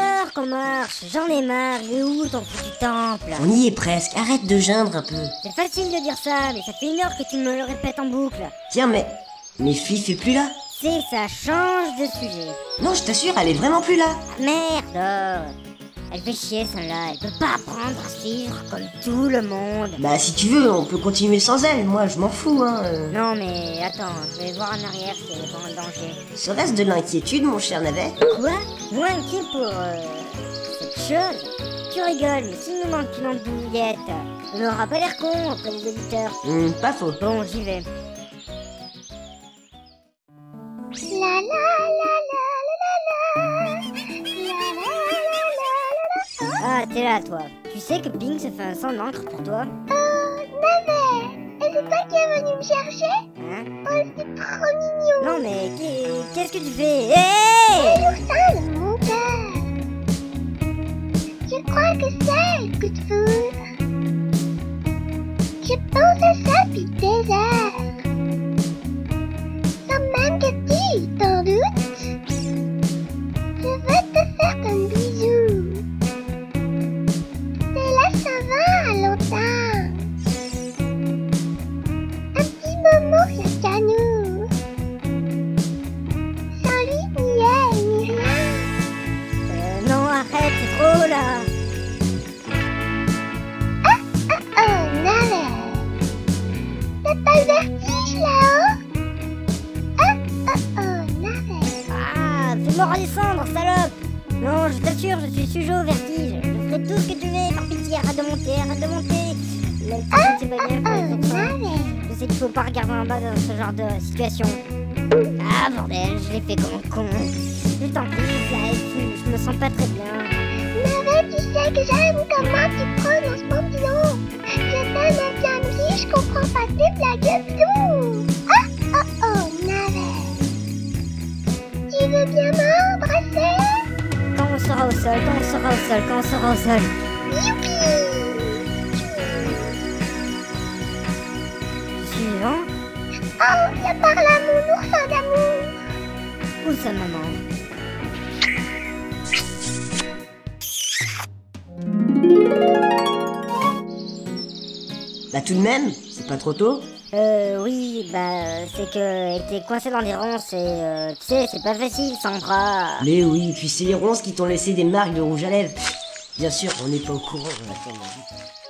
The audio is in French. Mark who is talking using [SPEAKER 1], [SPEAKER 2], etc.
[SPEAKER 1] heures qu'on marche, j'en ai marre, il est où ton foutu temple
[SPEAKER 2] On y est presque, arrête de geindre un peu.
[SPEAKER 1] C'est facile de dire ça, mais ça fait une heure que tu me le répètes en boucle.
[SPEAKER 2] Tiens, mais. Mais Fif est plus là
[SPEAKER 1] C'est ça, change de sujet.
[SPEAKER 2] Non, je t'assure, elle est vraiment plus là
[SPEAKER 1] Ah, Merde oh. Elle fait chier celle-là, elle peut pas apprendre à suivre comme tout le monde.
[SPEAKER 2] Bah, si tu veux, on peut continuer sans elle, moi je m'en fous, hein. euh.
[SPEAKER 1] Non mais attends, je vais voir en arrière si elle est pas en danger.
[SPEAKER 2] Serait-ce de l'inquiétude, mon cher navet
[SPEAKER 1] Quoi Moins inquiet pour euh, cette chose Tu rigoles, mais s'il nous manque une ambouillette, on n'aura pas l'air con auprès des auditeurs.
[SPEAKER 2] Hum, Pas faux.
[SPEAKER 1] Bon, j'y vais.
[SPEAKER 3] La la la la la la la. La la la la la la.
[SPEAKER 1] Ah, t'es là toi. Tu sais que Bing se fait un sang d'encre pour toi
[SPEAKER 3] Oh, Navet Et c'est toi qui es venu me chercher
[SPEAKER 1] Hein
[SPEAKER 3] Oh, c'est trop mignon
[SPEAKER 1] Non mais qu'est- qu'est-ce que tu fais Hey
[SPEAKER 3] L'oursal, mon père Je crois que c'est le coup de foudre Je pense à ça depuis des heures Sans même que tu t'en doutes Je veux te faire un bisou Mais là ça va longtemps Un petit moment rien qu'à nous Sans lui ni elle ni rien
[SPEAKER 1] Euh, Non, arrête, c'est trop là
[SPEAKER 3] Oh, navet T'as pas le vertige là-haut Ah, oh, oh, navet
[SPEAKER 1] Ah, fais-moi redescendre, salope Non, je t'assure, je suis sujet au vertige. Je ferai tout ce que tu veux, par pitié, arrête de monter, arrête de monter Même si tu vas bien, je vais
[SPEAKER 3] Oh,
[SPEAKER 1] descendre.
[SPEAKER 3] navet
[SPEAKER 1] Je sais qu'il faut pas regarder en bas dans ce genre de situation. Ah bordel, je l'ai fait comme un con. Je t'en prie, Fly, je, je me sens pas très bien.
[SPEAKER 3] Navet, tu sais que j'aime comment tu prononces mon nom Je t'aime bien dit, je comprends pas tes blagues du tout Ah, oh, oh, navet Tu veux bien m'embrasser
[SPEAKER 1] Quand on sera au sol, quand on sera au sol, quand on sera au sol.
[SPEAKER 3] Youpi
[SPEAKER 1] Je suis vivant
[SPEAKER 3] Oh, viens par là, mon oursin d'amour
[SPEAKER 1] Où ça, maman
[SPEAKER 2] Bah, tout de même, c'est pas trop tôt.
[SPEAKER 1] Euh, oui, bah, c'est que elle était coincée dans des ronces et, euh, tu sais, c'est pas facile, Sandra.
[SPEAKER 2] Mais oui, puis c'est les ronces qui t'ont laissé des marques de rouge à lèvres. Bien sûr, on n'est pas au courant. Attends, vas-y.